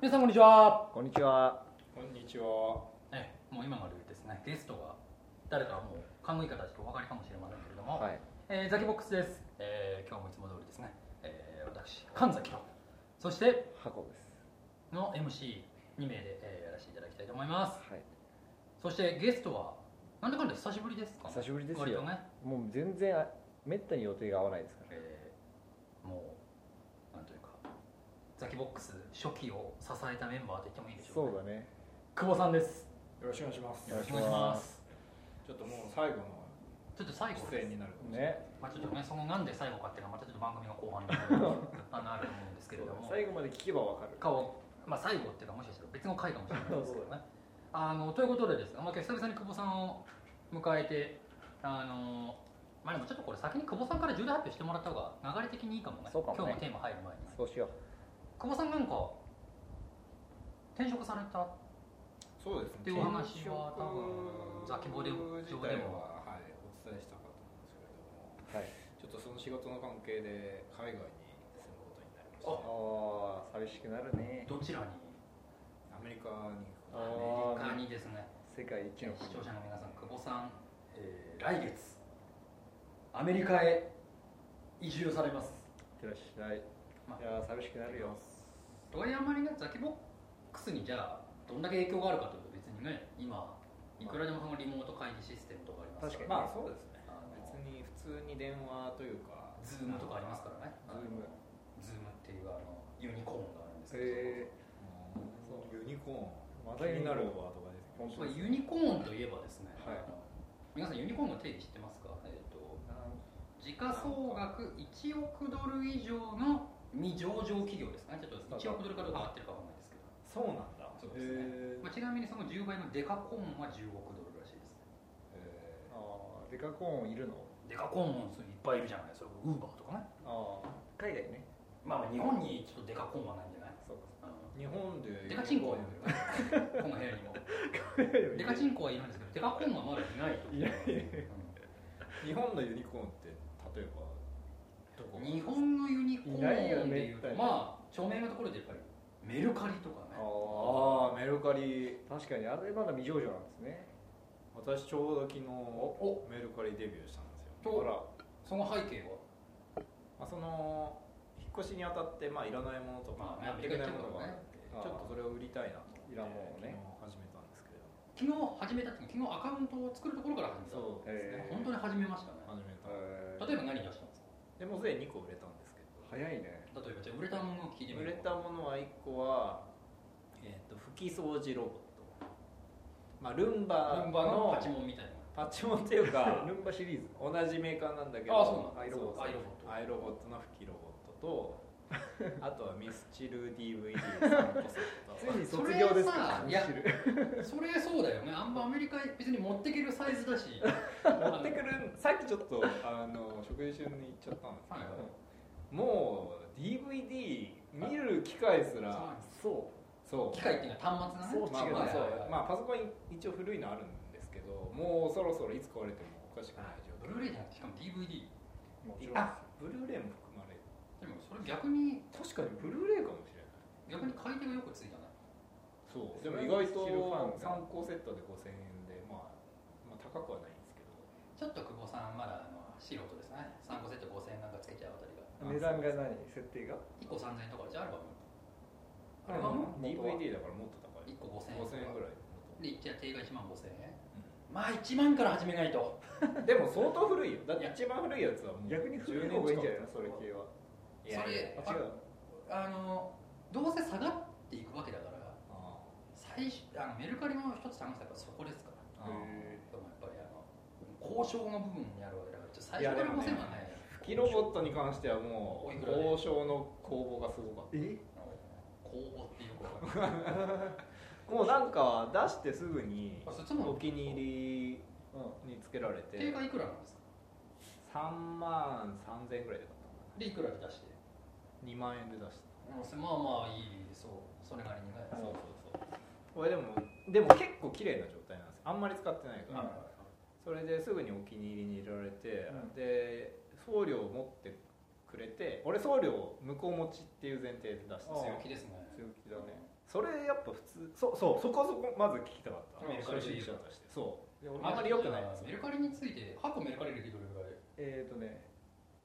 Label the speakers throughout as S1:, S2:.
S1: 皆さんこんにちは、
S2: こんにちは。
S3: こんにちは。
S1: ええもう今までですねゲストが誰かはもう勘のいい方はちょっとお分かりかもしれませんけれども、
S2: はい。
S1: えーザキボックスです、えー今日もいつも通りですね、えー私神崎とそして
S2: 箱です。
S1: の MC2 名で、えーやらせていただきたいと思います
S2: はい。
S1: そしてゲストはなんだかんだ久しぶりですか
S2: 久しぶりです
S1: 割と
S2: よ。
S1: ね、
S2: もう全然あめったに予定が合わないですから。
S1: えーもうなんというかザキボックス初期を支えたメンバーと言ってもいいでしょ
S2: そう
S1: か
S2: うだね。
S1: 久保さんです
S3: よろしくお願いします。
S2: よ
S1: よろ
S2: ろし
S1: し
S2: く
S1: く
S2: お
S1: お
S2: 願
S1: 願
S2: い
S1: い
S2: し
S1: しま
S2: ま
S1: す
S3: ちょっともう最後の
S1: ちょっと最後
S3: 出演になるかもしれない。
S2: ね。
S1: まあ、ちょっとね、そのなんで最後かっていうのは、またちょっと番組の後 半にあのあると思うんですけれども、
S2: 最後まで聞けばわかる。
S1: 顔、まあ、最後っていうか、もしかしたら別の回かもしれないですけどね。あのということでですね、まあ、今日久々に久保さんを迎えて、あのまあ、でもちょっとこれ、先に久保さんから重大発表してもらった方が、流れ的にいいかもね、
S2: そうかもね
S1: 今日のテーマ入る前に。
S2: そうしよ
S1: 久保さんなんか、転職された、
S3: そうです
S1: っ
S3: ね。
S1: ていうお話は多分ザキボでも
S3: 自体ははいお伝えしたかったんですけれども、
S2: う。はい。
S3: ちょっとその仕事の関係で海外に住むことになりました
S1: あ
S2: あ
S3: ね。
S2: あ、寂しくなるね。
S1: どちらに、
S3: アメリカに
S1: ア
S2: あ
S1: メリカに
S2: ー
S1: ですね。
S2: 世界一の
S1: 視聴者の皆さん、久保さん、えー来月、アメリカへ移住されます。
S2: いってらっしゃい。
S1: まあ
S2: いやー寂しくなるよ。
S1: とはいえ、あまりね、ザキボックスにじゃあ、どんだけ影響があるかというと、別にね、今、いくらでもそのリモート会議システムとかありますから、
S2: 確かに
S3: まあそうですね。
S1: あの
S3: 別に普通に電話というか、
S1: ズームとかありますからね、
S2: ズーム。
S1: ズームっていうあのユニコーンがあるんですけど、
S2: え
S3: そうユニコーン。
S2: またユニコーン
S3: 気になるワードが出てきまし
S1: まあユニコーンといえばですね、
S2: はい
S1: あの皆さん、ユニコーンの定義知ってますか、えーと
S2: ー、なん
S1: 時価総額1億ドル以上の未上場企業ですかね、ちょっと1億ドルかどうか合ってるかわかんないですけど、
S3: た。そうなんだ。
S1: そうですね
S3: え
S1: まあ、ちなみにその10倍のデカコーンは10億ドルらしいです、ね、
S2: ああ、デカコーンいるの？
S1: デカコーンもいっぱいいるじゃない、それウーバーとかね、
S2: ああ、海外ね。
S1: まあ、まあ日本にちょっとデカコーンはないんじゃない
S2: そうか。
S1: あの
S3: 日本で
S1: デカチンコはい るこの部屋にもデカチンコはいるんですけどデカコーンはまだいないと
S2: いない
S1: うん
S3: 日本のユニコーンって例えばどこ
S1: 日本のユニコーンでいうと
S2: いないよね
S1: まあ著名なところでやっぱりメルカリとかね
S2: あ
S3: ああメルカリ
S2: あ、確かにあれまだ未上場なんですね。
S3: 私ちょうど昨日
S1: お
S3: メルカリデビューしたんですよ、
S1: と
S2: あら。
S1: その背景は
S3: まあ、その引っ越しにあたってまあいらないものと
S1: ま
S3: か
S1: あね
S3: やっていけないものがあってち
S2: あ
S3: ょ
S2: あ
S3: っとそれを売りたいなと思って
S2: いらんものをね
S3: 昨日始めたんですけれども
S1: 昨日始めたっていうのは昨日アカウントを作るところから始めた
S3: そうで
S2: へ
S3: すね
S2: え
S1: 本当に始めましたね
S3: 始めた
S2: えー
S1: 例えば何出したんですか
S3: でもうすでに2個売れたんですけど
S2: 早いね。
S1: 例えばじゃあ売れたものを聞いてみ
S3: 売
S1: る
S3: れたものは1個は、えー、と拭き掃除ロボット、まあ、ルンバ
S1: ルンバのパ
S3: の
S1: チモンみたいな
S3: パッチモンっていう か
S2: ルンバシリーズ。
S3: 同じメーカーなんだけど
S1: あそうなんだ
S3: アイロボット
S1: アイロボット
S3: アイロボットの吹きロボッ トとあとはミスチル DVD 3個セット
S2: ついに
S1: それ
S2: 卒業です
S1: さ
S2: か。
S1: いや
S2: ミスチル
S1: それそうだよねあんまアメリカへ別に持ってけるサイズだし持
S3: 持ってくるさっきちょっとあの食事中に行っちゃったんですけど、
S1: はい
S3: もう DVD 見る機会すら
S2: そ
S3: そう
S1: 機械っていうのは端末
S2: そう
S1: な
S3: まあまあそう
S1: はいはいはい
S3: まあパソコン一応古いのあるんですけどもうそろそろいつ壊れてもおかしくない状
S1: ブルーレイじゃなくてしかも DVD
S2: う。もちろん。
S3: 態ブルーレイも含まれる
S1: でもそれ逆に
S3: 確かにブルーレイかもしれない
S1: 逆に買い手がよくついたな
S3: そう
S2: で
S3: で
S2: も
S3: も
S2: 意
S3: 意
S2: 外
S3: 外
S2: と
S3: と
S2: 三
S3: 3個セットで5000円で、まあ、まあ高くはないんですけど
S1: ちょっと久保さんまだあの素人ですね3個セット5000円なんかつけちゃうあたりが
S2: 値段が何設定が
S1: 1個3000円とかじゃあアルバム
S2: うん
S1: アルバム
S2: 元は
S3: DVD だからもっと高い
S1: 1個5000円
S3: 5000円ぐらい
S1: で一応定価1万5000円まあ1万から始めないと
S3: でも相当古いよだって一番古いやつはもう
S2: 逆に古い方がいいんじゃないのそれ
S3: い
S2: 系は
S3: やいやいや
S2: あ違う
S1: あのどうせ下がっていくわけだから
S3: あ
S1: 最初あのメルカリの一つ探したらやっぱそこですから
S3: あ
S2: へ
S1: でもやっぱりあの交渉の部分にあるわけだからちょっと最
S3: いや
S1: 初
S3: で
S1: から
S3: もね
S1: 5000円はない
S3: 吹きロボットに関してはも
S1: おいうくらで
S3: 交渉の攻防がすごかっ
S2: ーえ
S1: 公募っていうか
S3: たもうなんか出してすぐに
S1: あそっちも
S3: お気に入り
S2: う
S3: につけられて
S1: 定価いくらなんですか
S3: 3万3000円ぐらいで買ったのか
S1: でいくらで出して
S3: な2万円で出した
S1: まあまあいいそうそれなりにね
S2: そう
S3: そうそうこれでもでも結構綺麗な状態なんですあんまり使ってないから、
S2: うん
S3: それですぐにお気に入りに入れられて、
S2: うん
S3: で送料を持ってくれて俺送料向こう持ちっていう前提で出し
S2: あ
S3: てた
S2: あ
S1: 強気ですね
S2: 強気だね
S3: それやっぱ普通そうそうそこそこまず聞きたかっ
S2: うん
S3: た初心者としてそう
S2: いや俺
S3: あんまり良くないです
S1: メルカリについて過去メルカリ歴どれぐらい
S2: えっ、ー、とね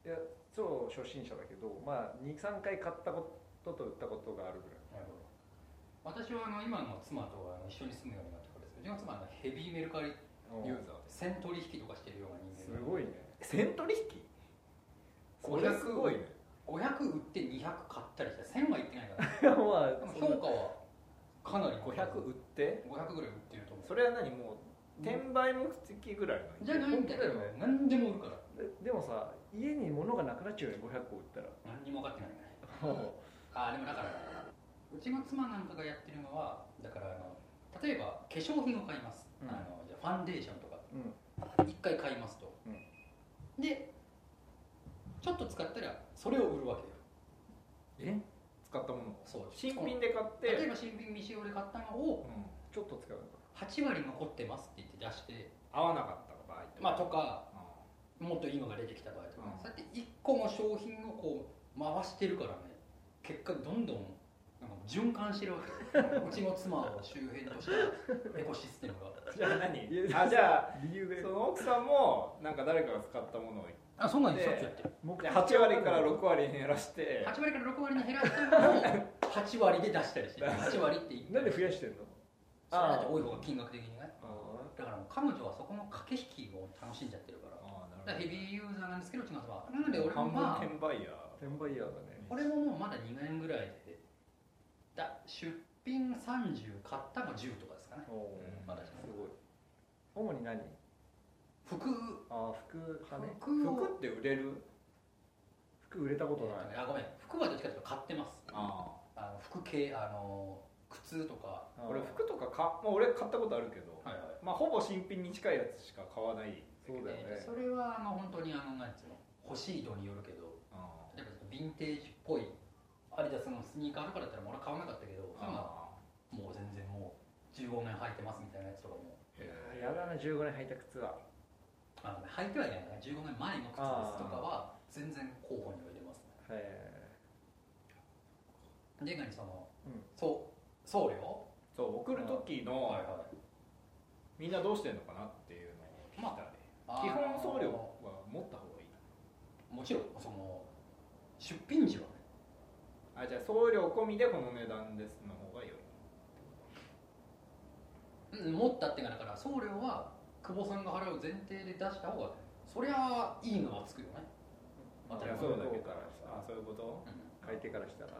S2: いや超初心者だけどまあ23回買ったことと売ったことがあるぐらい
S1: なるほど私はあの今の妻とはあの一緒に住むようになってからですうちの妻はあのヘビーメルカリ
S3: ユーザーで
S1: 1000
S3: す
S1: 取引とかしてるような人
S2: す
S1: 間
S2: ごいね
S3: 1000取引
S1: こ
S3: こ
S1: れ
S3: れ
S1: す
S3: す
S1: ご
S3: ご
S1: い
S3: い
S1: ね
S3: ね
S1: 500売って200買ったりして1000はいってない から
S2: いや まあ
S1: でも
S2: そんな
S1: 評価はかなり
S3: 500売って
S1: 500ぐらい売ってると思う
S3: それは何もう転売目的ぐらいの
S1: じゃないんだけど
S2: 本当だよね
S1: 何でも売るから
S2: ででもさ家に物がなくなっちゃうよね500個売ったら
S1: 何にも分かってないね
S2: も
S1: ああでもだからうちの妻なんかがやってるのはだからあの例えば化粧品を買います、
S2: うん
S1: あのじゃあファンデーションとか
S2: う、うん、
S1: 1回買いますと、でちょっと使ったらそれを売るわけよ
S3: え使ったものを
S1: そう
S3: 新品で買っ
S1: 例え
S3: て
S1: ば新品未使用で買ったのを
S2: ちょっと使うのか
S1: 8割残ってますって言って出して
S3: 合わなかった場合とか
S1: まあとか
S3: うん
S1: もっといいのが出てきた場合とか、
S3: うん
S1: そうやって1個の商品をこう回してるからね結果どんどんなんか循環してるわけ ようちの妻を周辺としたエコシステムが
S3: じゃあ何
S2: いや
S3: あじゃあ
S2: 理由で
S3: その奥さんもなんか誰かが使ったものを
S1: あそうなん
S3: ん
S1: で
S3: ですす
S1: よ
S3: よ
S1: っ
S3: し
S1: ち
S3: ょっ
S1: って
S2: 目的は
S3: 8割から6割に減らして
S1: 8割から6割に減らしたのを8割で出したりして8割って言って
S2: なんで増やしてんの
S1: それだって多い方が金額的にね
S2: ああ
S1: だからもう彼女はそこの駆け引きを楽しんじゃってるからだ
S3: ああ
S1: から
S3: なる
S1: ヘビーユーザーなんですけどうちの妻はなので俺も
S3: ほど
S1: ま
S3: 半
S1: あ
S3: 分転売ヤー
S2: 転売ヤーだね
S1: 俺ももうまだ2年ぐらいでだ出品30買ったの10とかですかね
S2: おお
S3: うん
S1: 私
S2: すごい主に何
S1: 服
S2: ああ服だね
S1: 服を
S3: 服って売れる
S2: 服売れたことない
S1: あごめん服はどっちかというと買ってます
S3: あ
S1: あの服系あの靴とか
S2: ああ
S3: 俺服とかか、まあ、俺買ったことあるけど、
S1: はいはい
S3: まあ、ほぼ新品に近いやつしか買わないんだけど
S2: そうだよね
S1: えーとそれはあの本当にあのなんつうの欲しい度によるけど
S3: あ
S1: 例えばヴィンテージっぽいアディダスのスニーカーとかだったらもう俺買わなかったけど
S3: あ
S1: 今
S3: あ
S1: もう全然もう15年履いてますみたいなやつとかも
S2: いややだな15年履いた靴は
S1: あの履いてはいないな15年前の靴ですとかは全然候補に入れてますね
S2: へ
S1: でかにその、
S2: うん
S1: そう送料
S3: そう送る時の
S1: はいはい
S3: みんなどうしてんのかなっていうのを聞いたね、
S1: あ
S3: 基
S1: ー
S3: 本送料は持った方がいい
S1: もちろんその出品時はね
S3: あじゃあ送料込みでこの値段ですの方が良い
S1: うん持ったっていうかだから送料は久保さんが払う前提で出した方がそりゃいいのはつくよね、
S2: まあ
S1: 当
S3: い
S1: たり
S3: や
S1: 前
S3: そうだ
S2: 向こ
S3: け
S2: う
S3: ど
S2: からしたら
S3: あそういうこと
S2: え買い手からしたら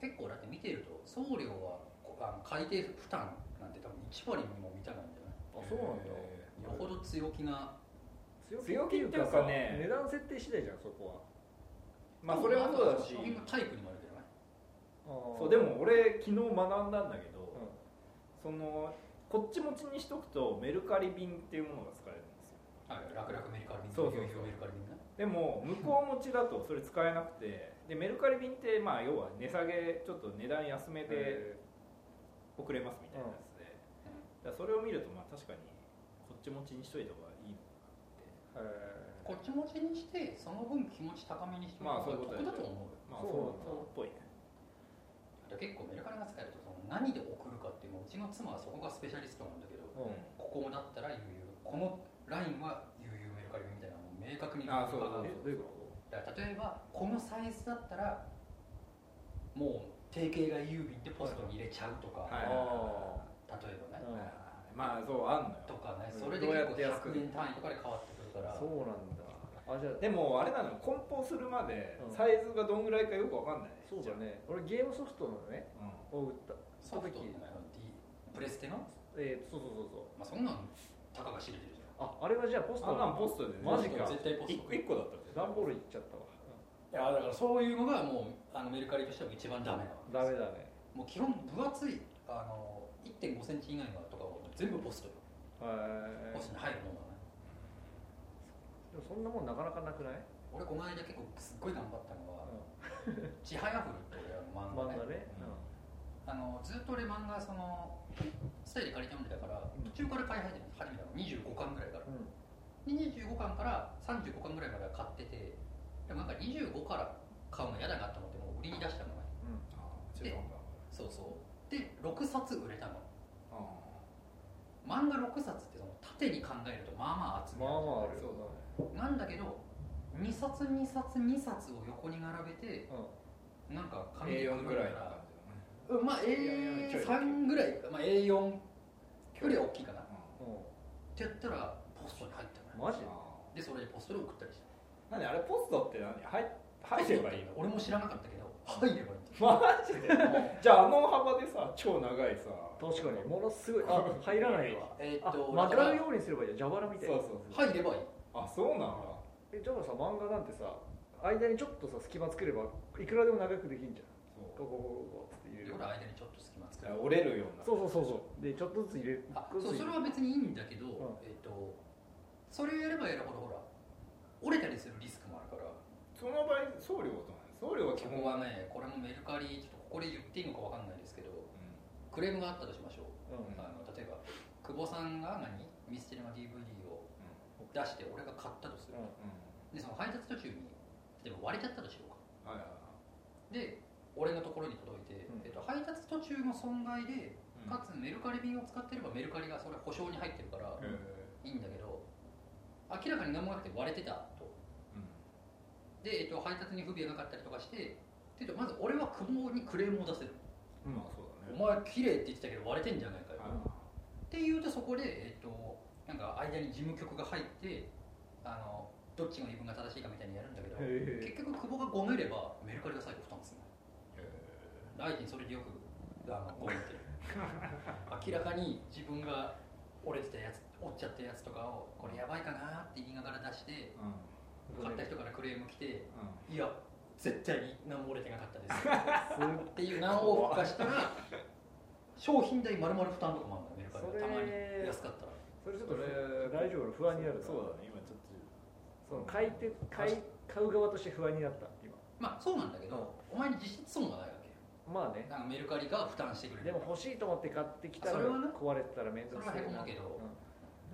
S1: 結構だって見てると送料はこあの改定負担なんて多分1割にも満たないんだよね
S2: あそうなんだ
S3: へ
S1: よほど強気な
S3: 強気っていうかね
S2: 値段設定次第じゃんそこ
S3: まあそれもそうだし
S1: 商品のタイプにもあるけどね
S2: は
S3: そうで
S2: も
S3: も俺昨日学んだんだけど、そのこっち持ちにしとくとメルカリ便っていうものが使えるんですよ
S1: はい楽々メルカリ便
S3: そうそうそう
S1: ひょひょメルカリ便ね
S3: でも向こう持ちだとそれ使えなくてでメルカリ便ってまあ要は値下げちょっと値段安めで送れますみたいなやつで、だからそれを見るとまあ確かにこっち持ちにしといた方がいいのか
S2: へ
S3: な
S1: こっち持ちにしてその分気持ち高めにしても
S3: まあそういうこと
S1: 得
S3: だよね
S1: だと思うよ
S3: ってまあ
S2: そなんだ
S3: そううそうっぽいね
S1: だから結構メルカリが使えるとその何で送るかっていうのうちの妻はそこがスペシャリストなんだけど
S2: うん
S1: ここだったら悠々このラインは悠々メルカリみたいなのを明確に
S3: あそうそう
S1: だ
S3: そう
S1: か
S2: えどういうこ
S1: ら例えばこのサイズだったらもう定型が郵便でポストに入れちゃうとか、
S2: と
S3: はい
S2: あ
S1: 例えば
S2: あ
S1: ね、
S2: うん
S3: まあそうあんのよ
S1: とかね
S2: うん
S1: それで
S3: どう
S1: 結
S3: や
S1: 構
S3: って安く
S1: 100円単位とかで変わってくるから
S2: そうなんだあじゃあ
S3: でもあれなのよ梱包するまで
S2: うん
S3: サイズがどんぐらいかよくわかんない
S2: そうだね俺ゲームソフトのね
S3: う
S2: を
S3: ん
S2: 売った
S1: ソフトのねあの D プレステの、ま
S2: えー、そうそうそうそう
S1: あ、そんなのたかが知れてるじゃん
S2: ああれがじゃあポスト
S3: あんなん
S2: の
S3: ポストでね
S2: マジか
S1: 絶対ポス
S3: 一
S1: ト
S3: 個一個だった
S2: 段
S3: ら
S2: ボールいっちゃったわ
S1: いやだからそういうのがもうあのメルカリとしては一番ダメなわけ
S2: ダ
S1: ですも
S2: メだね
S1: う基本分厚いあの1 5センチ以内のとかは全部ポストよ
S2: へ
S1: ポストに入るものはね
S2: えでもそんなもんなかなかなくない
S1: 俺この間結構すっごい頑張ったのは
S2: う
S1: 「ちはやふる」って俺あの漫画
S2: ん漫
S1: ねあ
S2: 画ね
S1: のずっと俺漫画そのスタイル借りて読んでたから
S2: うん
S1: 途中から買い始めたの25巻ぐらいから
S2: うん
S1: で25巻から35巻ぐらいまでは買っててでもなんか25から買うの嫌だなと思ってもう売りに出したのが
S3: あー違うんだ
S1: そうそうで6冊売れたの
S3: あ
S1: 漫画6冊ってその縦に考えるとまあまあ厚み
S2: まあまああ
S3: ー
S2: る
S3: そ
S2: よ
S3: うだね
S1: なんだけど2冊2冊2冊を横に並べて
S2: な、うん
S1: なんか紙で
S3: A4 ぐらいな感
S1: うんまあ
S3: やいやちょい
S1: A3 ぐらいか、まあ、A4 よりは大きいかなっ
S3: じだ
S1: てや
S2: う
S3: ね
S1: ったらポストに入ったのよ
S2: ん、マジ
S3: うん
S1: でそれでポストで送ったりして
S3: なんであれポストって何入入ればいいの
S1: 俺も知らなかったけど入ればいいんだ
S3: マジでじゃああの幅でさ超長いさ
S2: 確かにものすごいあ入らないわ
S1: えー
S2: あ
S1: っと
S2: ま
S1: だ
S2: く
S1: から
S2: るようにすればいいじゃん蛇腹みた
S3: そう
S2: いな
S3: そうそう
S1: 入ればいい
S3: あそうなんだ
S2: えじゃあさ漫画なんてさ間にちょっとさ隙間作ればいくらでも長くできんじゃんこ
S3: そう
S2: ここここって入
S1: で
S2: れる
S1: 俺間にちょっと隙間作
S3: だ
S1: る
S3: から折れるような
S2: そうそうそうそうでちょっとずつ入れる
S1: あそうそれは別にいいんだけど、えーっとそれをやればやるほどほら折れたりするリスクもあるから
S3: その場合送料とない送料は基
S1: 基
S3: 本
S1: 本は
S3: は
S1: ねこれもメルカリちょっとここで言っていいのかわかんないですけどクレームがあったとしましょう
S2: うん
S1: あの例えば久保さんが何ミステルマ DVD を出して俺が買ったとする、
S2: う
S1: でその配達途中に例えば割れちゃったとしようか
S3: はいはいは
S1: で俺のところに届いて、
S2: うん
S1: えっと、配達途中の損害で
S3: い
S1: かつメルカリ便を使ってればメルカリがそれ保証に入ってるから
S3: うん
S1: い
S3: へ
S1: いんだけど明らかに何もなくて割れてたと
S3: ー
S1: で、えっと、配達に不備がなかったりとかしてっていうとまず俺は久保にクレームを出せる、
S3: うんまあそうだね
S1: お前綺麗って言ってたけど割れてんじゃないかよ、
S3: はい
S1: っていうとそこで、えっとなんか間に事務局が入ってあのどっちが言い分が正しいかみたいにやるんだけど
S2: へえ
S1: 結局久保がごめればメルカリが最後負担するの
S3: へ
S1: 相手にそれでよくあ のごめってる明らかに自分が折れてたやつ折っちゃったやつとかをこれやばいかなって言いながら出して
S3: ーうん
S1: 買った人からクレーム来て
S3: うん
S1: いや絶対に何も折れてなかったです
S2: す
S1: っていう何往復かしたら商品代丸々負担とかもあるんだよメルカリはたま
S2: それ
S1: に安かったら。
S2: それちょっと大丈夫不安になるな
S3: そうだね今ちょっ
S2: その買い手買い買う側として不安になった今
S1: まあそうなんだけど、お前に実質損がないわけよ
S2: まあね
S1: なんかメルカリが負担してくれる
S2: でも欲しいと思って買ってきた
S1: そ
S2: ら
S1: れはね
S2: 壊れてたら面倒くさい
S1: それは
S2: な
S1: へこ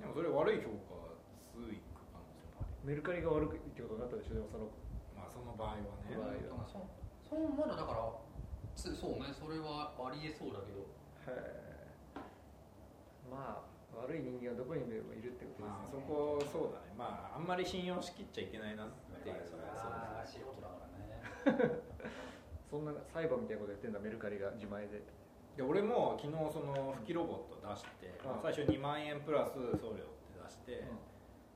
S1: むけど
S2: う
S3: とでもそれ悪い評価ついく可能性もあ
S2: ん
S3: るよ
S2: メルカリが悪いってことになったでしょでもその
S3: まあその場合はね
S2: うわ
S1: だからそそうまだだからつそうねそれはありえそうだけど
S2: へーまあ悪い人間はどこにでもいるってこと
S3: まあ
S2: です
S3: そ
S2: よね、
S3: こそうだねまああんまり信用しきっちゃいけないなっていう
S1: それは難しいことだからね
S2: そんな裁判みたいなことやってんだメルカリが自前で
S3: で俺も昨日その吹きロボット出して、
S2: うん
S3: まあ最初2万円プラス送料って出して、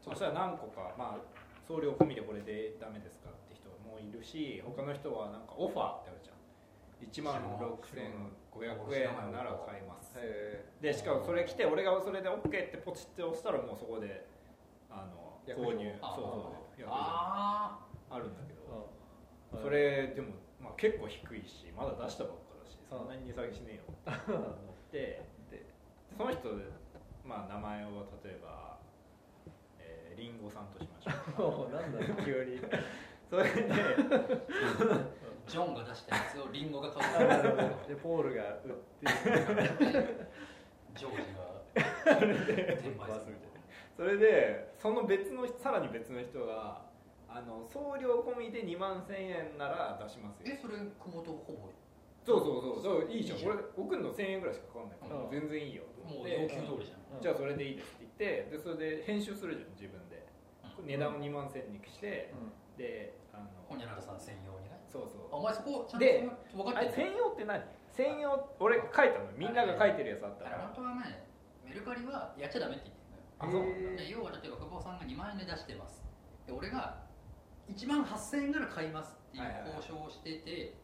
S3: そしたら何個か、まあ、送料込みでこれでダメですかって人もいるし他の人はなんかオファーってあるじゃん1万6500円なら買います
S2: へ
S3: でしかもそれ来て俺がそれで OK ってポチって押したらもうそこであの
S2: 薬
S3: 購
S2: 品
S3: 入
S1: あ
S3: そうそうあ
S1: あ
S3: あるんだけ
S2: え
S3: どそれでも、まあ、結構低いしまだ出したばっかだしそんなに値下げしねえよって思って
S2: で
S3: その人、まあ、名前を例えば、えー、リンゴさんとしましょう
S2: も うなんだろう急に
S3: それで
S1: ージョンが出したやつをリンゴが買うから
S2: でポールが売って
S1: ジョージが転売するみたいな
S3: それでその別の人さらに別の人があの送料込みで2万1000円なら出しますよ
S1: えそれ雲とほぼ
S3: そうそうそうそういいじゃん
S1: いいじゃん
S3: 俺送るの1000円ぐらいしかかかんないから、
S2: うん
S3: 全然いいよと
S1: も
S3: 思っ
S1: う
S3: て
S1: 要求通りじゃん
S3: じゃあそれでいいですって言ってでそれで編集するじゃん自分で
S1: うん
S3: 値段を2万1000円にして、
S2: う
S3: であの
S1: ほにゃららさん専用にね
S3: そう
S1: あ
S3: そう
S1: お前そこちゃんと
S3: で
S1: 分かって
S3: あれ
S1: る
S3: 専用って何専用俺書いたのみんなが書いてるやつあった
S1: だ
S3: か
S1: から
S3: ら
S1: 本当はねメルカリはやっちゃダメって言ってるのよ
S3: あそうな
S2: へ
S3: んだ
S2: ー
S1: で要は例えば久保さんが2万円で出してますで俺が1万8000円から買いますっていう
S3: はいはいはい
S1: 交渉をしてて、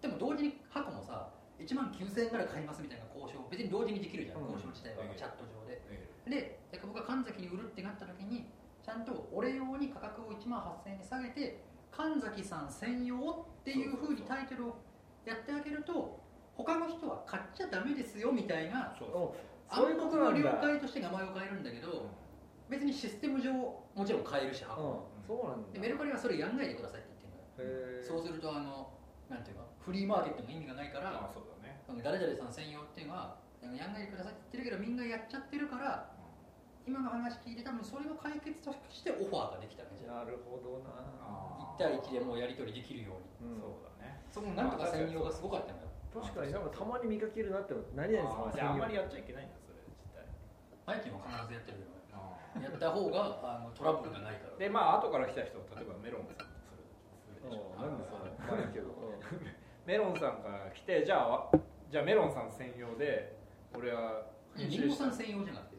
S1: でも同時にハコもさ1万9000円から買いますみたいな交渉別に同時にできるじゃん、
S2: うん
S1: 交渉自体は
S3: うん
S1: チャット上で
S3: え
S1: でで僕が神崎に売るってなった時にちゃんと俺用に価格を1万8000円に下げて神崎さん専用っていうふうにタイトルをやってあげると他の人は買っちゃダメですよみたいな
S3: えそう
S2: お
S1: 暗
S2: そういうこと
S1: 黙の
S2: なん
S1: 了
S2: だ
S1: 解として名前を変えるんだけど、別にシステム上もちろん変えるし、
S2: うん
S1: 箱
S2: そうなん
S1: で
S2: だ
S1: メ
S2: へ
S1: ルカリはそれやんないでくださいって言って
S2: え
S1: るのよ、そうするとあのなんていうかフリーマーケットの意味がないから、
S3: あそうだね
S1: その誰々さん専用っていうのはやんないでくださいって言ってるけどみんなやっちゃってるから今の話聞いて多分それの解決としてオファーができたんじゃない
S2: なるほどな
S1: 1対1でもうやり取りできるように
S2: うん
S3: そうだね
S1: そこのなんとか専用がすごかったのよ
S2: 確かになんかたまに見かけるなって思って何々様
S3: あーじゃああんまり
S2: や
S3: やっちゃいけないんだそれ自体
S1: バイキンは必ずやってるよやった方があのトラブルがないから
S3: でまあ後から来た人例えばメロンさんとするするでしょ
S2: なんでそれ怖いけどうん
S3: メロンさんが来てじゃあじゃあメロンさん専用で俺は
S1: や
S3: い
S1: リンゴさん専用じゃなくて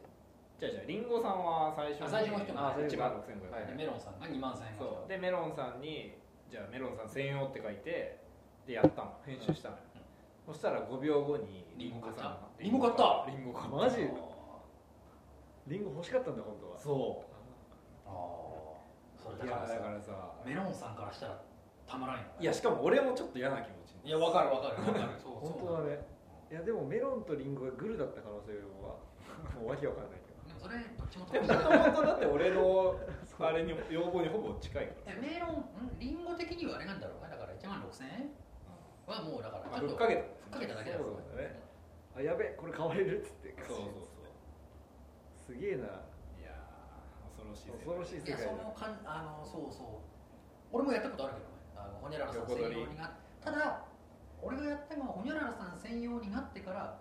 S3: じゃあじゃあリンゴさんは最
S1: あ
S3: 初
S1: 最初の人
S2: あ最初
S3: 1万6500円、
S2: はい
S1: でメロンさんが2万1000円
S3: そうでメロンさんにじゃあメロンさん専用って書いてでやったの編集したの、よそしたら5秒後に
S1: リンゴ買った
S3: さん
S1: リンゴ買った
S3: リンゴ買った
S2: マジ
S1: あ
S2: リンゴ欲しかったんだ本当は
S1: ー
S3: そ
S1: あーそうれ
S3: い
S1: だ
S3: や
S1: から
S3: だ
S1: さ
S3: からさ
S1: メロンさんからしたらたまらんよ
S3: いやしかも俺もちょっと嫌な気持ち
S1: い
S3: に
S1: やわかるわかるわ かるそう
S2: 本
S1: そう
S2: 当だねいやでもメロンとリンゴがグルだった可能性はもうわけわかんないけど
S1: でもそれどっちも
S3: で
S1: 得
S3: も
S1: 意
S3: も
S1: だ
S3: ともとだって俺のあれに要望にほぼ近いか
S1: えメロンんリンゴ的にはあれなんだろうなだから1万6000円
S3: ら、
S1: はもうだから
S3: まあ、
S1: ちょっ
S3: ぶっ
S1: と
S3: かけた
S1: ふっかけただけだ
S2: そうだねあやべこれ買われるっつって
S3: そうそうそう
S2: すげえない
S3: やー恐ろしい世界
S2: 恐ろしい
S1: い
S2: 世
S1: や
S2: 界
S1: そ
S2: だ
S1: のかんあのそうそう俺もやったことあるけどねあのホニャララさん専用になっただ俺がやったのはホニャララさん専用になってから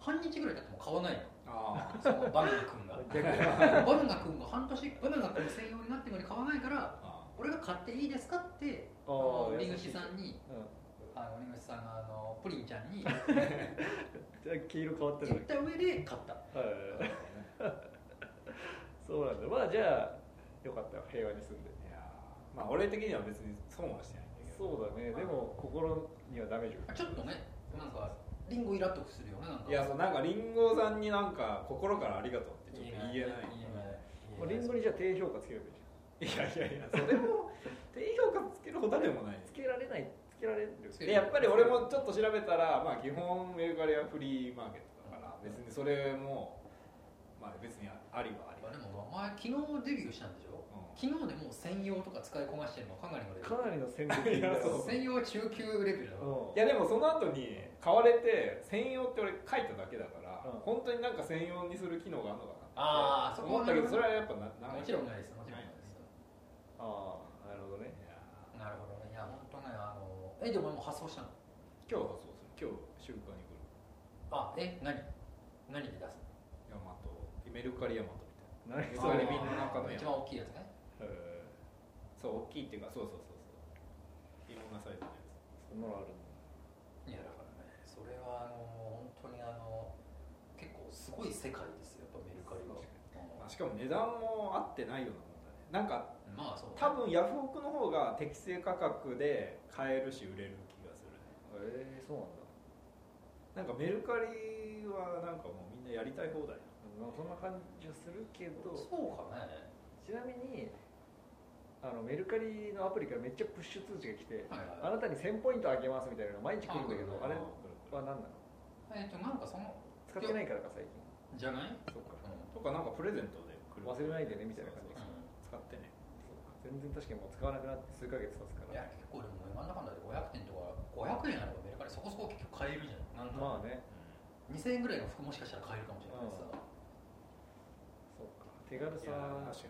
S1: 半日ぐらい経っても買わないの
S3: あ
S1: そのバナナ君 が
S2: 逆に
S1: バナナ君が半年バナナ君専用になってまで買わないから
S3: ーあ
S1: 俺が買っていいですかって
S2: あ
S1: あの
S2: ー
S1: リ
S2: 優
S1: グ
S2: し
S1: シ
S2: い
S1: さんに
S2: うん
S1: あのリグシさんがあのプリンちゃん に
S2: じゃあ黄色変わって
S1: 言
S2: る
S1: った上で買った
S2: はい
S3: ーい
S2: そうなんだまあじゃあよかったよ平和に住んで
S3: やーまあ俺的には別に損はしてないんだけど
S2: そうだねでも心にはダメージを
S1: ちょっとねなんかリンゴイラっとするよねなんか
S3: いやそうなんかリンゴさんになんか心からありがとうってちょっと言えない
S1: 言えない
S2: もうリンゴにじゃあ低評価つければいいじゃ
S3: いやいやいやそれも低評価つけるほどでもない
S2: んつけられないつけられる
S1: つけ
S3: でやっぱり俺もちょっと調べたら、まあ、基本メルカリはフリーマーケットだから別にそれも、まあ、別にありはあり
S1: まあでもお前昨日デビューしたんでしょ
S3: う
S1: 昨日でもう専用とか使いこなしてるのかなりのレベ
S2: かなりの戦略的
S3: い
S2: な
S3: やそう
S1: ル専用は中級レベルだろ
S3: んいやでもその後に買われて専用って俺書いただけだから、
S2: うん
S3: 本当になんか専用にする機能があるのかな
S1: あ
S3: っ
S1: ーそ
S3: て
S1: こは
S3: 思ったけどそれはやっぱなな
S1: もちろんないですもちろんないです
S2: ああなるほどね
S3: いや
S1: なるほどねいや本当ねあのえでもお前もう発送したの
S3: 今日はそうする今日週刊に来る
S1: あえ何何で出す
S3: ヤマトメルカリヤマトみ
S2: な
S3: たいな
S2: る
S3: メル
S2: ほど
S3: カ
S1: あ
S2: ね
S3: リ便の中のや
S1: 一
S3: つ
S1: 番大きいやつね
S2: へ
S3: そう大きいっていうかそうそうそうそういろんなサイズのや
S2: ーそんなのあるん
S1: い
S2: だ
S1: やだからねそれはあの本当にあの結構すごい世界ですよやっぱメルカリは
S3: つ、まあ、しかも値段も合ってないようなもんだねなんか
S1: うんまあそう
S3: 多分ヤフオクの方が適正価格で買えるし売れる気がするね
S2: ええそうなんだ
S3: なんかメルカリはなんかもうみんなやりたい放題
S2: まあそんな感じはするけど
S1: そうかね
S2: ちなみにあのメルカリのアプリからめっちゃプッシュ通知が来て
S1: はいはい
S2: あなたに1000ポイントあげますみたいなのが毎日来るんだけど
S1: あ
S2: あれ
S3: あ
S2: は何なの
S1: えっとなんかその
S2: 使ってないからか最近
S1: じゃない
S3: そっか
S1: うん
S3: とかなんかプレゼントで来る
S2: 忘れないでねみたいな感じ
S3: そうそうそう使ってね
S2: 全然確かにもう使わなくなって数ヶ月経つか
S1: いや
S2: ら
S1: 結構でもなんだかんだで500点とか500円あればメルカリそこそこ結局買えるじゃんなんだ、
S2: まあね
S1: 2000円ぐらいの服もしかしたら買えるかもしれないしさ、
S2: そうか手軽
S3: い
S2: さ
S3: や
S2: は
S3: 確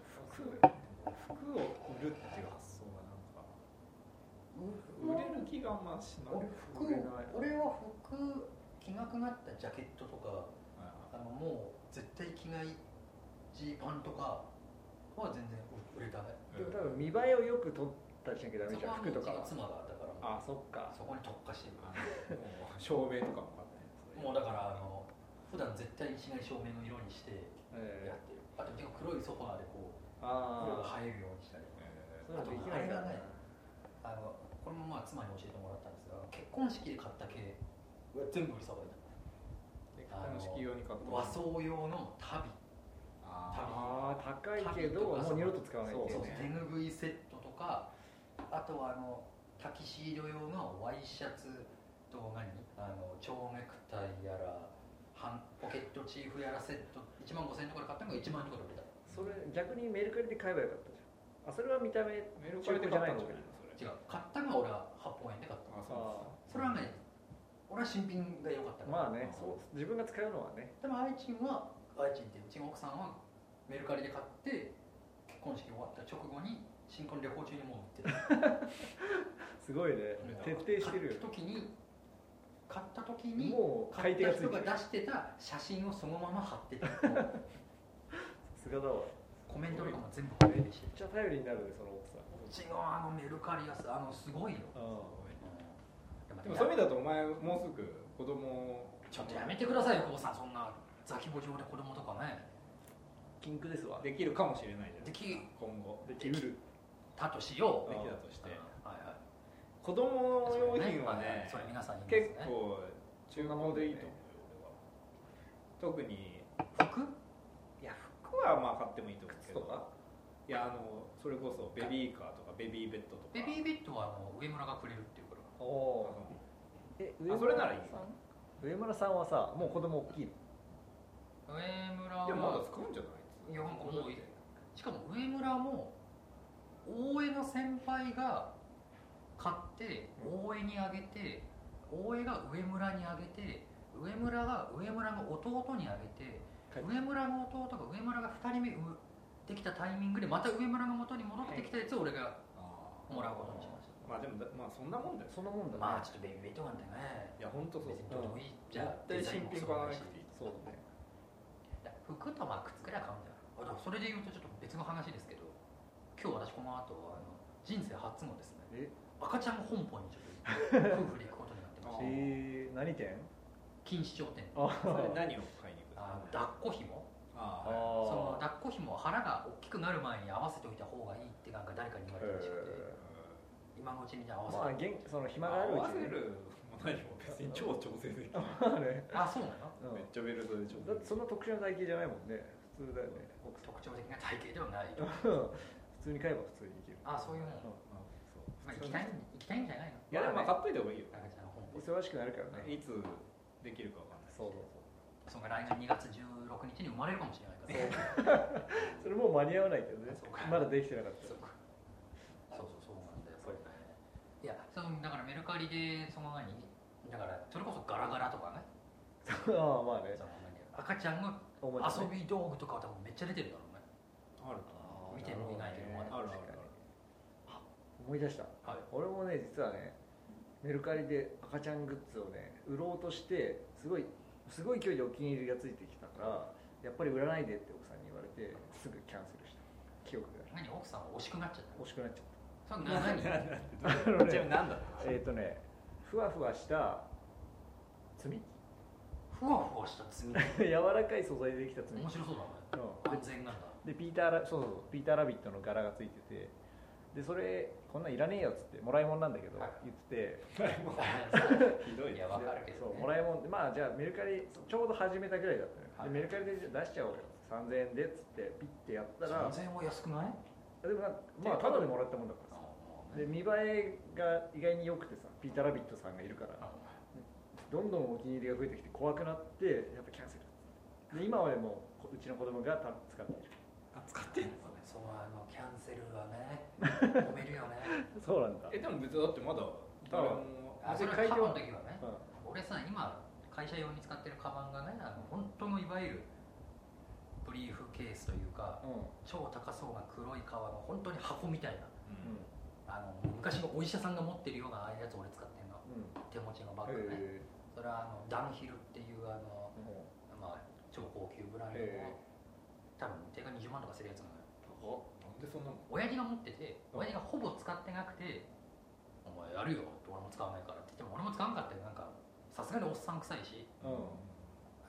S3: かに服服を売るっていう発想がなんか売れる気があんましない
S1: 俺服
S2: 売れない
S1: 俺は服着なくなったジャケットとか
S3: あ
S1: あのもう絶対着ないジーパンとかは全然売れたね
S2: でも多分見栄えをよく取ったりしなきゃダメじゃん服とかは
S1: そこはもううちの妻がだから
S2: あそっか
S1: そこに特化してる
S3: あのもう照明とかも買ってない
S1: もうだからあの普段絶対にしない照明の色にしてや
S2: え
S1: ってるあと結構黒いソファーでこう
S2: ー、ああ
S1: 黒が映えるようにしたり
S3: え
S2: そういうのできないから
S1: あとあれがねあのこれもまあ妻に教えてもらったんですが結婚式で買った系は全部売りさばいた
S3: ー結婚式用に買った
S1: 和装用の足
S3: あ
S2: ああ高いけどもう二度と使わないっ
S1: 袋そう
S2: てい
S1: う手
S2: ね
S1: ぬぐいセットとかあとはあのタキシード用のワイシャツと何あの蝶ネクタイやら半ポケットチーフやらセット1万5000円とかで買ったのが1万円とかで売れた
S2: それ逆にメルカリで買えばよかったじゃんあそれは見た目
S3: ーメルカリで買ったんじゃないのそ
S1: 違
S3: れ
S1: う買ったのが俺は8本円で買った
S3: あ
S2: あ
S1: それはね俺は新品が良かったから
S2: まあねそう自分が使うのはね
S1: でも愛知は愛知ってうちの奥さんはメルカリで買って今式終わった直後に新婚旅行中にもう売ってた
S2: すごいね 徹底してるよ
S1: 買った時に買った時
S2: ね
S1: に
S2: もう
S1: 買
S2: 買い
S1: った
S2: 手がつ
S1: 人
S2: いてる
S1: が出
S2: さ
S1: してた写真をそのまま貼 ってた
S2: すがだわ
S1: コメントとかも全部貼ってして
S2: めっちゃ頼りになるねその奥さん
S1: うちのあのメルカリやすあのすごいよ、うん
S3: でもそういう意味だとお前もうすぐ子供
S1: ちょっとやめてくださいよ久保さんそんなザキボ上で子供とかね
S2: キンクですわ
S3: できるかもしれないじ
S1: で
S3: ゃん
S1: き
S3: 今後
S2: できうる
S1: たとしよう
S3: できたとして
S1: はいはい
S3: 子供の用品は
S1: はい
S3: ね
S1: それ皆さんに言い
S3: 結
S1: ますね
S3: 構中古でいいと思うよ俺は特に
S1: 服
S3: いや服はまあ買ってもいいと思うけ
S2: 靴
S3: ど
S2: とか
S3: いやあのそれこそベビーカーとかベビーベッドとか
S1: ベビーベッドはもう上村がくれるっていうから
S2: お
S3: あ
S2: お
S3: の
S2: え
S3: あそれならいいよ
S2: 上村さんはさもう子供大きいの
S1: 上村
S3: でもまだ
S1: は
S3: 使うんじゃない
S1: いやなんかもういいしかも上村も大江の先輩が買って大江にあげて大江が上村にあげて上村が上村の弟にあげて上村の弟が上村が2人目産むできたタイミングでまた上村の元に戻ってきたやつを俺がもらうことにしました
S3: まあでもだまあそんなもんだよ
S2: そんなもんだね、
S1: まあちょっとベビーベッドなんてね
S3: いや本当そう
S1: 別にどうでもいいじゃあ
S3: 絶対新品買わなくていい
S2: そうだね
S1: 服とまあ靴くらいは買うんだよあでもそれで言うとちょっと別の話ですけど今日私この後はあの人生初のですね
S2: え
S1: 赤ちゃん本舗にちょっと行って夫婦で行くことになってまし
S3: あ
S1: て
S2: えー、何店
S1: 錦糸町店
S2: あ
S3: それ何を買いに行く
S1: あの
S3: の
S1: 抱っこひも
S3: あー
S1: その
S2: あ
S1: 抱っこひもは腹が大きくなる前に合わせておいた方がいいってなんか誰かに言われたらしくて今のうちにじゃあ合わせ
S2: まあ
S1: て
S2: げんその
S3: ま
S2: 暇
S3: あ
S2: があるう
S3: 合わ
S2: ちに
S3: せ
S2: ね
S3: るも何も別に超調整できる
S2: まあね
S1: あそうなの
S2: うん
S3: めっちゃベルトで調
S2: だっ
S3: 整
S2: てそんな特殊な体型じゃないもんね普通だよね奥さん
S1: 特徴的な体型ではないと
S2: 普通に買えば普通にいける
S1: あそういうもんまあ、行きたいん行きたいんじゃないの
S3: いやでもまあ買っといた方がいいよ
S1: 赤ちゃん本
S2: うん
S1: 舗
S2: 忙しくなるからね
S3: いつできるかわかんない
S2: そうそう
S1: その来年2月16日に生まれるかもしれないから
S2: そうそれもう間に合わないけどね
S1: そうか
S2: まだできてなかっ
S1: そうかそうそうそうなんだよ
S2: そう
S1: いやそのだからメルカリでその何だからそれこそガラガラとかね
S2: た ああまあね
S1: その何赤ちゃんの
S2: おも
S1: 遊び道具とかは多分めっちゃ出てるだろうね
S3: ある
S1: 見てもいないけどまだ
S3: あるある
S2: 思い出した
S1: はい
S2: 俺もね実はねメルカリで赤ちゃんグッズをね売ろうとしてすごいすごい勢いでお気に入りがついてきたからやっぱり売らないでって奥さんに言われてすぐキャンセルした記憶がある
S1: 何奥さんは惜しくなっちゃった
S2: 惜しくなっちゃっ
S1: それな何
S3: ある
S2: あのね
S3: じゃあ何だった
S2: えっ、ー、とねふわふわした積み
S1: ふわふわした爪面
S2: 柔らかい素材でできた積み、うん、
S1: 白そうだね安全 なんだ
S2: でピーターラそうそうそうピーターラビットの柄がついててでそれこんなんいらねえよっつってもらいもんなんだけど、
S1: はい
S2: 言ってて
S3: ひどい
S1: い
S3: ね
S1: やわかるけ
S2: そ
S1: ど、
S2: う
S1: ね、
S2: もらいもんでまあじゃあメルカリちょうど始めたぐらいだった
S1: はい
S2: のよ、でメルカリで出しちゃおうよ3000円でっつってピッてやったら
S1: 3000円は安くない
S2: でもなんかまあただでもらったもんだからさで見栄えが意外に良くてさピーター・ラビットさんがいるからどんどんお気に入りが増えてきて怖くなってやっぱキャンセルで今はでもこうちの子供がた使っている
S3: 使ってんの
S1: そのあのキャンセルはね 揉めるよね
S2: そうなんだ
S3: えでも別にだってまだ誰も
S1: あそれ
S2: 会
S1: カバ
S2: 場
S1: ンの時はね
S2: うん
S1: 俺さ今会社用に使ってるカバンがねあの本当のいわゆるブリーフケースというか
S2: うん
S1: 超高そうな黒い革の本当に箱みたいな
S3: うん
S1: あの昔のお医者さんが持ってるようなああいうやつ俺使ってんの
S2: う
S1: 手持ちのバッ
S2: ん
S1: グね、
S2: へ
S1: それはあのダンヒルっていうあの、
S2: えも
S1: まあ、超高級ブランドの、
S2: え
S1: 多分定価20万とかするやつなのよ
S3: 高っなんでそんなの
S1: 親父が持ってて
S3: うん
S1: 親父がほぼ使ってなくて「お前やるよ」って俺も使わないからって言っても俺も使わんかったよなんかさすがにおっさん臭いし
S2: う
S1: あ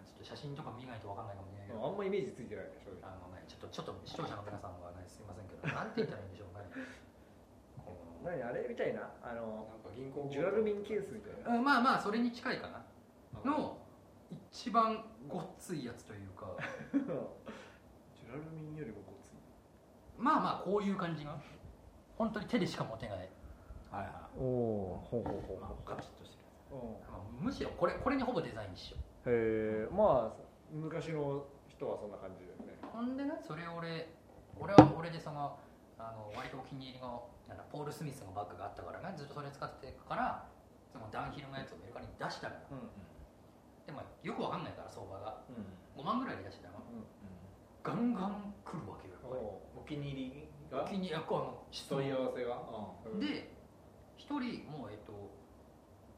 S1: ちょっと写真とか見ないと分かんないかもしれないけ
S2: うんあ
S1: ど
S2: んまイメージついてないでしょ
S1: あのねちょっとちょっと視聴者の皆さんはねすいませんけどなんて言ったらいいんでしょうねこの
S2: 何あれみたいなあの
S3: なんか銀行
S2: ジュラルミンケースみたいな
S1: うんまあまあそれに近いかな
S3: な
S1: の一番ごっついやつというか
S2: ジュラルミンよりもごつい
S1: まあまあこういう感じが本当に手でしか持てない、
S3: はいは
S2: おおほうほ
S3: いまあガチッとしてる
S1: まあむしろこれこれにほぼデザイン一緒
S2: へえまあ昔の人はそんな感じだよね
S1: ほんでねそれ俺俺は俺でそのあの割とお気に入りのなんだポール・スミスのバッグがあったからねずっとそれ使ってたからそのダンヒルのやつをメルカリに出したのよ
S2: うん
S1: でもよくわかんないから相場が
S2: う
S1: 5万ぐらいで出してたの
S2: ん
S1: ガンガン来るわけよやっぱり
S3: お気に入り
S1: お
S3: が
S1: 気に入りあこうあの質問
S3: 問い合わせが、
S2: うん
S1: で1人もうえっと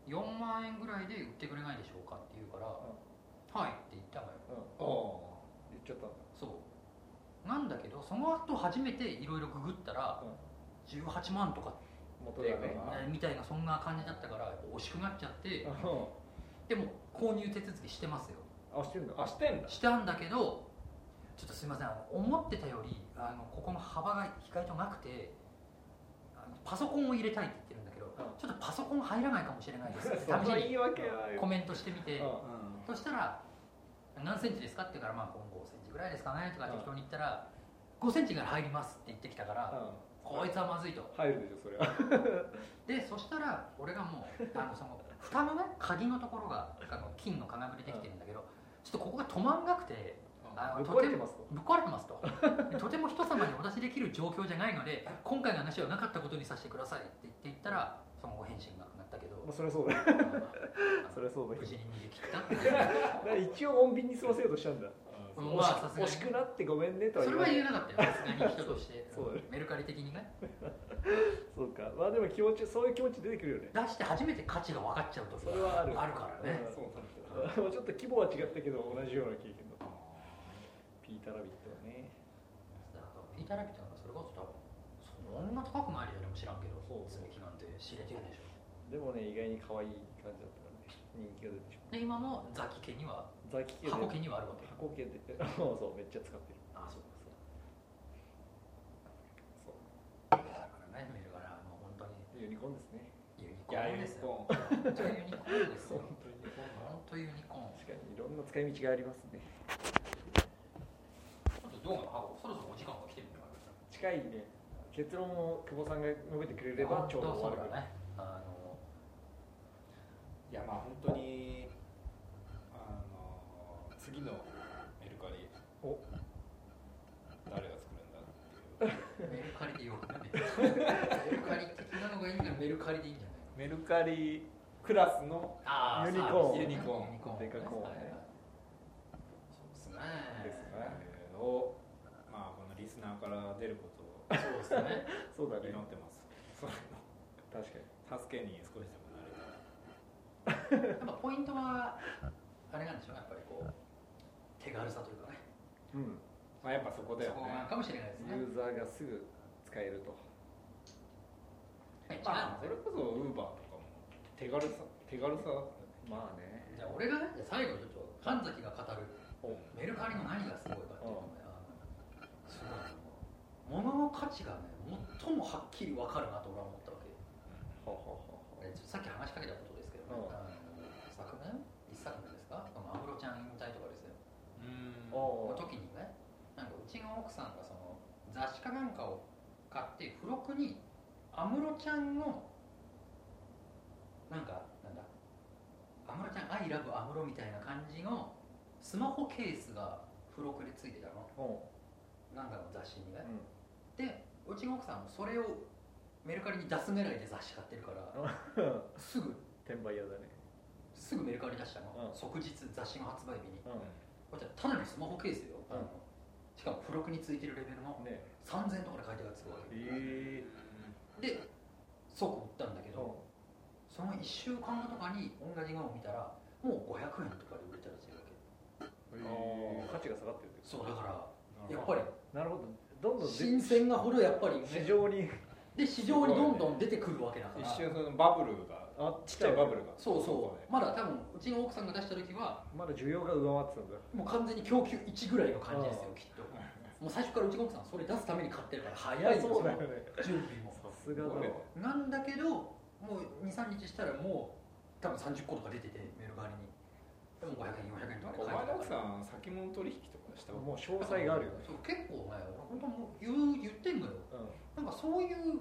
S1: 4万円ぐらいで売ってくれないでしょうかって言うから「はい」って言ったのよ
S2: 言っちゃったんだ
S1: そうなんだけどその後初めていろいろググったら、
S2: うん
S1: 18万とか
S2: 元がね
S3: あ
S1: みたいなそんな感じだったから惜しくなっちゃって
S2: うん
S1: でも購入手続きしてますよ
S2: あしてんだ
S3: あしてんだ
S1: したんだけどちょっとすいませんあの思ってたよりあのここの幅が意外となくてあのパソコンを入れたいって言ってるんだけど、
S2: ん
S1: ちょっとパソコン入らないかもしれない ですって
S3: そんな
S1: 試し
S3: 言い訳は
S1: にコメントしてみて、
S2: うん
S3: う
S1: そしたら「何センチですか?」って言うから「まあ、今後5センチぐらいですかね」とか適当に言ったら「5センチぐらい入ります」って言ってきたから、
S2: う
S1: こいつはまずいと
S2: ん入るでしょそれは
S1: でそしたら俺がもうあのその蓋のね鍵のところがあの金の金具でできてるんだけど、ちょっとここが止まんなくて
S3: ん
S1: あの
S2: ぶっ
S1: と
S2: 壊
S1: て
S2: れて
S1: も
S2: ますと
S1: ぶっ壊れてますと でとても人様にお出しできる状況じゃないので今回の話はなかったことにさせてくださいって言って言ったらその後返信がなくなったけ ど
S2: まあそりゃそうだそりゃそうだ
S1: 無事に逃げ切ったっていう
S2: だから一応穏便に済ませようとしたんだ
S1: うん
S2: 惜
S1: まあ
S2: し
S1: さすがに
S2: 惜しくなってごめんねとは
S1: それ
S2: 言
S1: は
S2: わない
S1: 言えなかったよさすがに人として
S2: そうだね
S1: メルカリ的にね
S2: そうかまあでも気持ちそういう気持ち出てくるよね
S1: 出して初めて価値が分かっちゃうと
S2: それはある
S1: あるからね
S2: うん
S3: そうなんだ
S2: あのちょっと規模は違ったけど同じような経験だったピーターラビットはね
S1: だからピーター・ラビットなんかそれこそ多分そんな高くないでしょでも知らんけど
S2: そう
S1: 積み木なんて知れてるでしょ
S2: でもね意外に可愛い感じだったからね人気が出てしま
S1: で今もザキ家には
S2: うザキ系で
S1: 箱家にはあるわけ
S2: 箱系で そうそうめっちゃ使ってる
S1: ああそうかそう
S2: そ
S1: だからねメルカリはもう本当に
S2: うユニコーンですね
S1: ユニ
S3: い
S1: コー
S3: や
S1: ン
S3: ユニ
S1: ですよ
S3: コーン
S1: 本当にユニコーンですよ
S2: 本
S1: 本
S2: 当に
S1: 当ユニコーン
S2: 確かにいろんな使い道がありますね
S1: ちょっとどうなの箱そろそろお時間が来てるんだから
S2: 近いね結論を久保さんが述べてくれればちょうど終わ
S1: そ
S2: る
S1: うだねあの
S3: いやまあ本当にあの次のメルカリ
S2: お
S3: 誰が作るんだっていう
S1: メルカリでよくねメルカリ的なのがいいんならメルカリでいいんじゃない
S3: メルカリクラスの
S1: あ
S2: ユニコーン
S1: ユニコーン。
S2: でかコーンね
S1: はいはいそうですね。
S2: ですね
S3: えーをまあこのリスナーから出ることを
S1: そうですね。
S2: そうだ
S3: 祈
S2: ね
S3: ってますそれ
S2: 確かに
S3: の助けに少しでもなれたら
S1: やっぱポイントはあれなんでしょうね。やっぱりこう手軽さというかね。
S2: うん
S3: まあやっぱそこだ
S1: そ
S3: よ
S1: こなの
S3: ね
S1: かもしれないですね
S2: ユ。ーザーがすぐ使えると
S1: はいじゃあ
S3: まあそれこそウーバーとかも手軽さ手軽さだっ
S2: まあね
S1: じゃあ俺がねじゃあ最後にちょっと神崎が語る
S3: たね
S1: メルカリの何がすごいかっていうのね。あのすごいあの物の価値がね最もはっきり分かるなと俺は思ったわけ。
S2: ほうほうほう
S1: えちょっとさっき話しかけたことですけど、
S2: うん
S1: あの昨年一昨年ですかその安室ちゃん引退とかですよ
S3: うん
S2: お
S1: の時にねなんかうちの奥さんがその雑誌かなんかを買って付録に安室ちゃんのなんかなんだ安室ちゃん「アイラブ安室」みたいな感じのスマホケースが付録で付いてたの
S2: ほ
S1: なんかの雑誌に
S2: う
S1: ね
S2: うん
S1: でうちの奥さんもそれをメルカリに出す狙いで雑誌買ってるからすぐ
S2: 転売屋だね
S1: すぐメルカリ出したの、
S2: うん
S1: 即日雑誌の発売日に
S2: う
S1: これじゃただのスマホケースよ、
S2: うん
S1: あのしかも付録についてるレベルの
S2: ね
S1: 3000とかで買い手がつくわけ
S2: え
S1: で即売ったんだけ
S2: え
S1: ど、その1週間後とかに同じのを見たらもう500円とかで売れたりするわけ
S2: 価値が下がってるってこ
S1: そうだからやっ
S3: り
S1: ぱり
S2: となるほどどんどんで
S1: 新鮮なほどやっぱり、ね、
S2: 市場に
S1: で市場にどんどん出てくるわけだから
S3: 一瞬そのバブルが
S2: あ
S3: ちっちゃいバブルが
S1: そうそ
S3: ね
S1: うまだ多分うちの奥さんが出した時は
S2: まだ需要が上回ってたんだ
S1: もう完全に供給1ぐらいの感じですよ
S2: ああ
S1: きっともう最初からうちの奥さんはそれ出すために買ってるから早いよ
S2: そうだよね
S1: その準備も
S2: さすがだわ
S1: なんだけどもう23日したらもう多分30個とか出ててメルカリにでも500円400円と
S3: な
S1: かで
S3: んかお前の奥
S1: 買えた
S3: さ
S1: から
S3: ん先物取引とかした
S2: もう詳細があるよね
S1: そう結構ね俺本当もう言う言ってんのよなんかそういう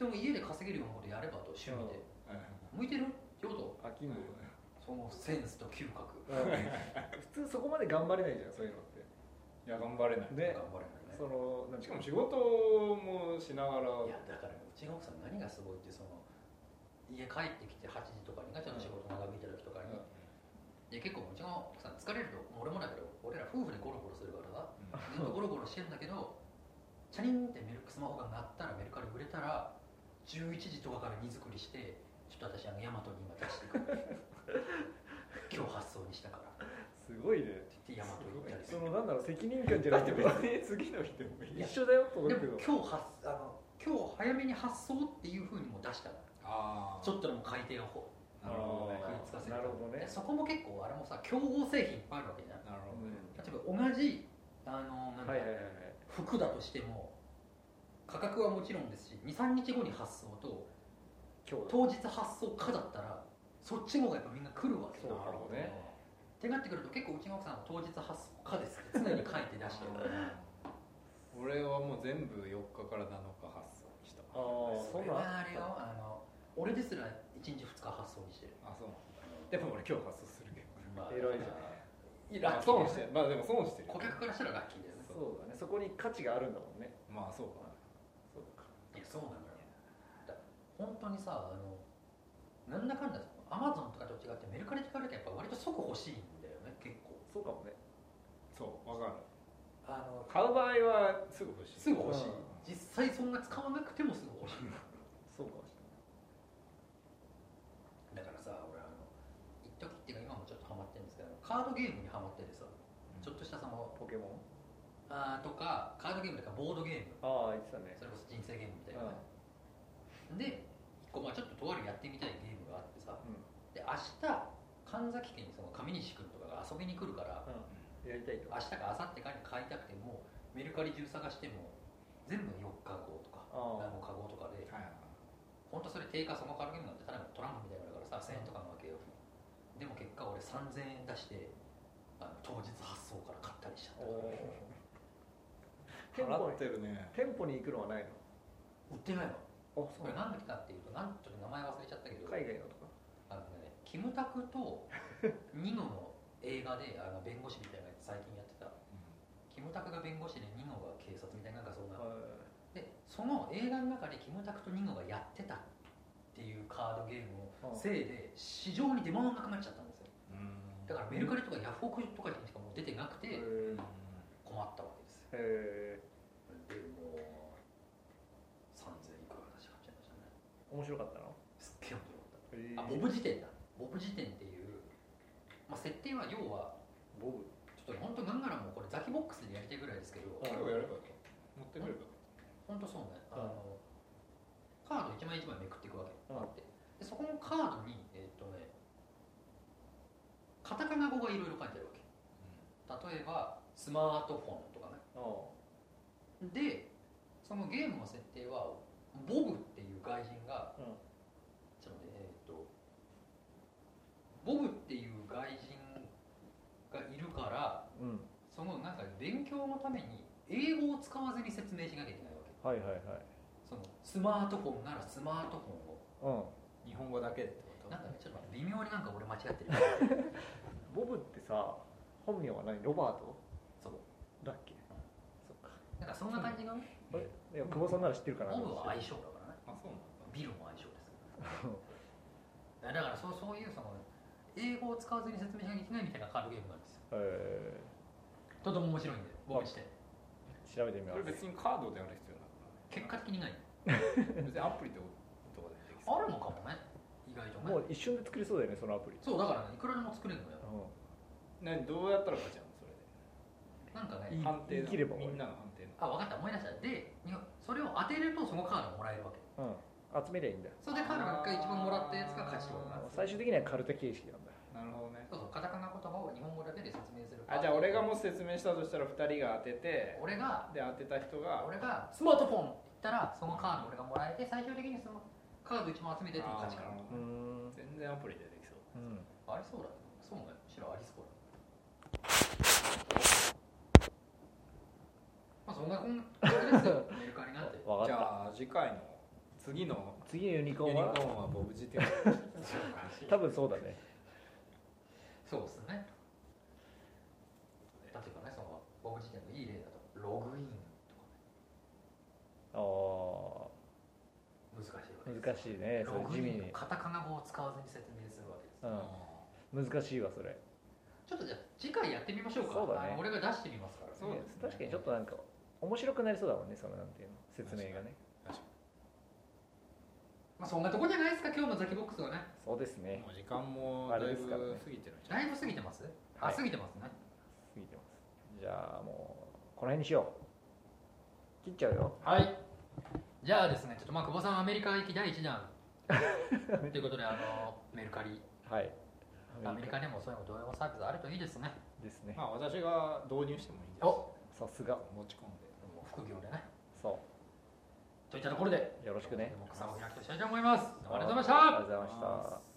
S1: でも家で稼げるようなことやればと趣味で向いてるよと
S2: 飽きんのよね
S1: そのセンスと嗅覚
S2: 普通そこまで頑張れないじゃんそういうのっ
S3: いや頑張れない
S2: て
S1: 頑
S2: ね
S1: 張れないね
S2: そのなん
S3: し
S2: か
S3: かも仕事もしなが
S1: い
S3: ら
S1: やだからねうちの奥さん何がすごいってその家帰ってきて8時とかにがちょっと仕事長引いた時とかに、
S2: うん
S1: でで結構うちの奥さん疲れると俺もだけど俺ら夫婦でゴロゴロするからさずっとゴロゴロしてんだけどチャリンってメルクスマホが鳴ったらメルカリ売れたら11時とかから荷造りしてちょっと私あのヤマトに今出してくる今日発送にしたからって
S2: すごいね
S1: 言ってヤマト行ったりす
S2: そ
S1: る
S2: のなんだろう責任感じゃな
S3: だって
S2: くて
S3: 別に次の日でもいい
S2: 一緒だよと思
S1: で
S2: うけ
S1: も
S2: ど
S1: 今日発あの今日早めに発送っていうふうにも出したから
S3: ああ
S1: ちょっとでも改定をこう
S3: なるほどね
S2: あ
S1: 食いつかせ
S2: なるほどね
S1: でそこも結構あれもさ競合製品いっぱいあるわけじゃん
S3: なるほどね
S1: 例えば同じあのなんだ、
S2: はいはいはいはい
S1: 服だとしても価格はもちろんですし23日後に発送と
S2: 今日だ
S1: 当日発送かだったらそっちの方がやっぱみんな来るわけ
S2: そう
S1: だ
S2: なるほどね
S1: ってなってくると結構うちの奥さんは当日発送かですって常に書いて出してる
S3: 俺はもう全部4日から7日発送にした
S2: あーそう
S1: 俺
S2: な
S1: はあ
S2: んだ
S1: れよあの俺ですら1日2日発送にしてる
S3: あそうでも俺今日発送するけど
S1: まあ
S2: 偉いじ
S1: いや
S3: ま
S1: ラッ
S3: あ
S1: キー
S3: 損
S1: で
S3: し
S1: す
S3: てまあでも損してる
S1: 顧客からしたらラッキーです
S2: そうだねそこに価値があるんだもんね
S3: まあそうか
S2: そうか
S1: いやそうなのよだ本当にさあのなんだかんだアマゾンとかと違ってメルカリとかだとやっぱ割と即欲しいんだよね結構
S2: そうかもね
S3: そうわかる
S1: あの
S3: 買う場合はすぐ欲しい
S1: すぐ欲しい、
S2: うん
S1: 実際そんな使わなくてもすぐ欲しい
S2: そうかもし
S1: だからさ俺あの一時っていうか今もちょっとハマってるんですけどカードゲームにハマっててさちょっとしたその
S2: れないポケモン
S1: あーとかカードゲームとかボードゲーム
S2: ああ言ってたね
S1: それこそ人生ゲームみたいな
S2: うん、
S1: ね、で一個まあちょっととあるやってみたいゲームがあってさで明日神崎家にその上西君とかが遊びに来るから
S2: うん、やりたいと
S1: 明日か明後日かに買いたくてもメルカリ中探しても全部4日後とか
S2: あ
S1: 何個か後とかで
S3: はいはい
S1: 本当それ定価そのカードゲームなんてただのトランプみたいなのだからさ1000円とかなわけよでも結果俺3000円出してあの当日発送から買ったりしちゃったから
S2: おー
S1: ね
S2: 店舗
S3: 払っ
S2: に
S3: てるね
S2: 店舗に行くのはないのあ
S1: 売ってないの
S2: そ
S1: これ何で来たっていうとなんちょっと名前忘れちゃったけど
S2: 海外のとか
S1: あのねキムタク とニノの映画であの弁護士みたいなやつ最近やってたキムタクが弁護士でニノが警察みたいななんかそんなでその映画の中でキムタクとニノがやってたっていうカードゲーム
S2: う
S1: の
S2: ん
S1: せいで市場に出回らなくなっちゃったんですよ
S3: うん
S1: だからメルカリとかヤフオクとかにしかもう出てなく
S2: へ
S1: て
S2: ー
S1: 困ったわけですよ
S2: へ
S1: でもう3000いくら出し買っちゃいましたね
S2: ー面白かったの
S1: すっげえ面白かっ
S2: へー
S1: たあボブ辞典だボブ辞典っていう、まあ、設定は要は
S2: ボブ
S1: ちょっと本当なんならもうこれザキボックスでやりたいぐらいですけど
S2: うん
S3: 今日やればいいか持ってくればいいか
S1: 本当そうねあ
S2: うん
S1: のカード一枚一枚めくっていくわけ
S2: うん
S1: あってでそこのカードにえーっとねカタカナ語がいろいろ書いてあるわけ例えばスマートフォンとかね
S2: あ
S1: でそのゲームの設定はボブっていう外人が、
S2: うん
S1: ちょっとねえーっとボブっていう外人がいるから
S2: あうん
S1: そのなんか勉強のために英語を使わずに説明しなきゃいけないわけ
S2: はいはいはい
S1: そのスマートフォンならスマートフォンを
S2: うん
S3: 日本語だけでってこと
S1: なんかねちょっと待って微妙になんか俺間違ってる
S2: ボブってさ本名は何ロバート
S1: そう
S2: だっけそっか
S1: なんかそんな感じがね
S2: あれいや久保さんなら知ってるかな
S1: ボブは
S2: と思って
S1: 相性だからね
S3: あそうなんだ
S1: ビルも相性ですだからそうそういうその英語を使わずに説明しなきゃいけないみたいなカードゲームなんですよ
S2: え
S1: とても面白いんでボブして
S2: ー調べてみま
S3: そ
S2: す
S3: れ別にカードでやる必要な
S1: 結果的にない
S3: くない別にアプリととかででき
S1: あ
S3: そう
S1: るのかもね意外と
S2: も
S1: ね
S2: う一瞬で作れそうだよねそのアプリ
S1: そうだからねいくらでも作れるのよ
S3: 何どうやったら勝ちなのそれで
S1: なんか
S2: い
S1: ね
S2: い
S3: 判定
S2: 言い
S3: の
S2: 切れば
S3: みんなの判定の
S1: あ分かった思い出したでにそれを当てるとそのカードもらえるわけ
S2: うん、うん、集めりゃいいんだよ
S1: それでカードが一回一番もらったやつが勝ちとかなる
S2: 最終的にはカルタ形式なんだ
S3: なるほどね
S1: そうそうカタカナ言葉を日本語だけで説明する
S3: あじゃあ俺がもし説明したとしたら2人が当てて
S1: 俺が
S3: で当てた人が
S1: 俺がスマートフォンって言ったらそのカード俺がもらえて最終的にそのカード一枚集めてっていう
S3: あ
S1: 勝
S3: ー
S1: ちか
S3: な
S1: ら
S3: る
S1: あ
S3: ほど
S2: うー
S3: ね
S2: んうん
S3: 全然アプリでできそう
S1: りそうだねそうねむしろありそうだねまあそんなこんな感じですよメルカリなん て
S2: わ
S3: じ
S2: かった
S3: ゃあ次回の次の
S2: 次のユニコ
S3: ユニ
S2: ーン
S3: コ
S2: は
S3: ーンはボブ辞典
S2: 多分そうだね
S1: そうですねだっていうかねその僕自体のいい例だとログインとかね
S2: ああ
S1: 難しいわけです
S2: 難しいねそ
S1: ロ
S2: れ
S1: グ
S2: 地味
S1: イン
S2: に
S1: のカタカナ語を使わずに説明するわけです
S2: うん難しいわそれ
S1: ちょっとじゃあ次回やってみましょうか
S2: そうだね
S1: あの俺が出してみますから
S3: そうですね
S2: 確かにちょっとなんか面白くなりそうだもんねそのなんていうの説明がね
S1: まあ、そんなとこじゃないですか今日のザキボックスはね
S2: そうですね
S3: もう時間も
S2: あ
S3: だ
S2: れ
S3: い
S2: です
S3: ぶ
S2: からね
S3: 過ぎてるんじゃな
S1: だ
S3: い
S1: いぶ過ぎてます、
S2: はい
S1: あ過ぎてますね
S2: 過ぎてますじゃあもうこの辺にしよう切っちゃうよ
S1: はいじゃあですねちょっとまあ久保さんアメリカ行き第1弾ということであのメルカリ
S2: はい
S1: アメリカでもそういうの同様のサービスあるといいですね
S2: ですね
S3: まあ私が導入してもいいんじゃないですか
S2: さすが
S3: 持ち込んで
S1: もう副業でね
S2: そ
S1: といったところで
S2: うよろしくね
S1: 僕さんを開きとしたいと思いますどうもありがとうございました
S2: ありがとうございました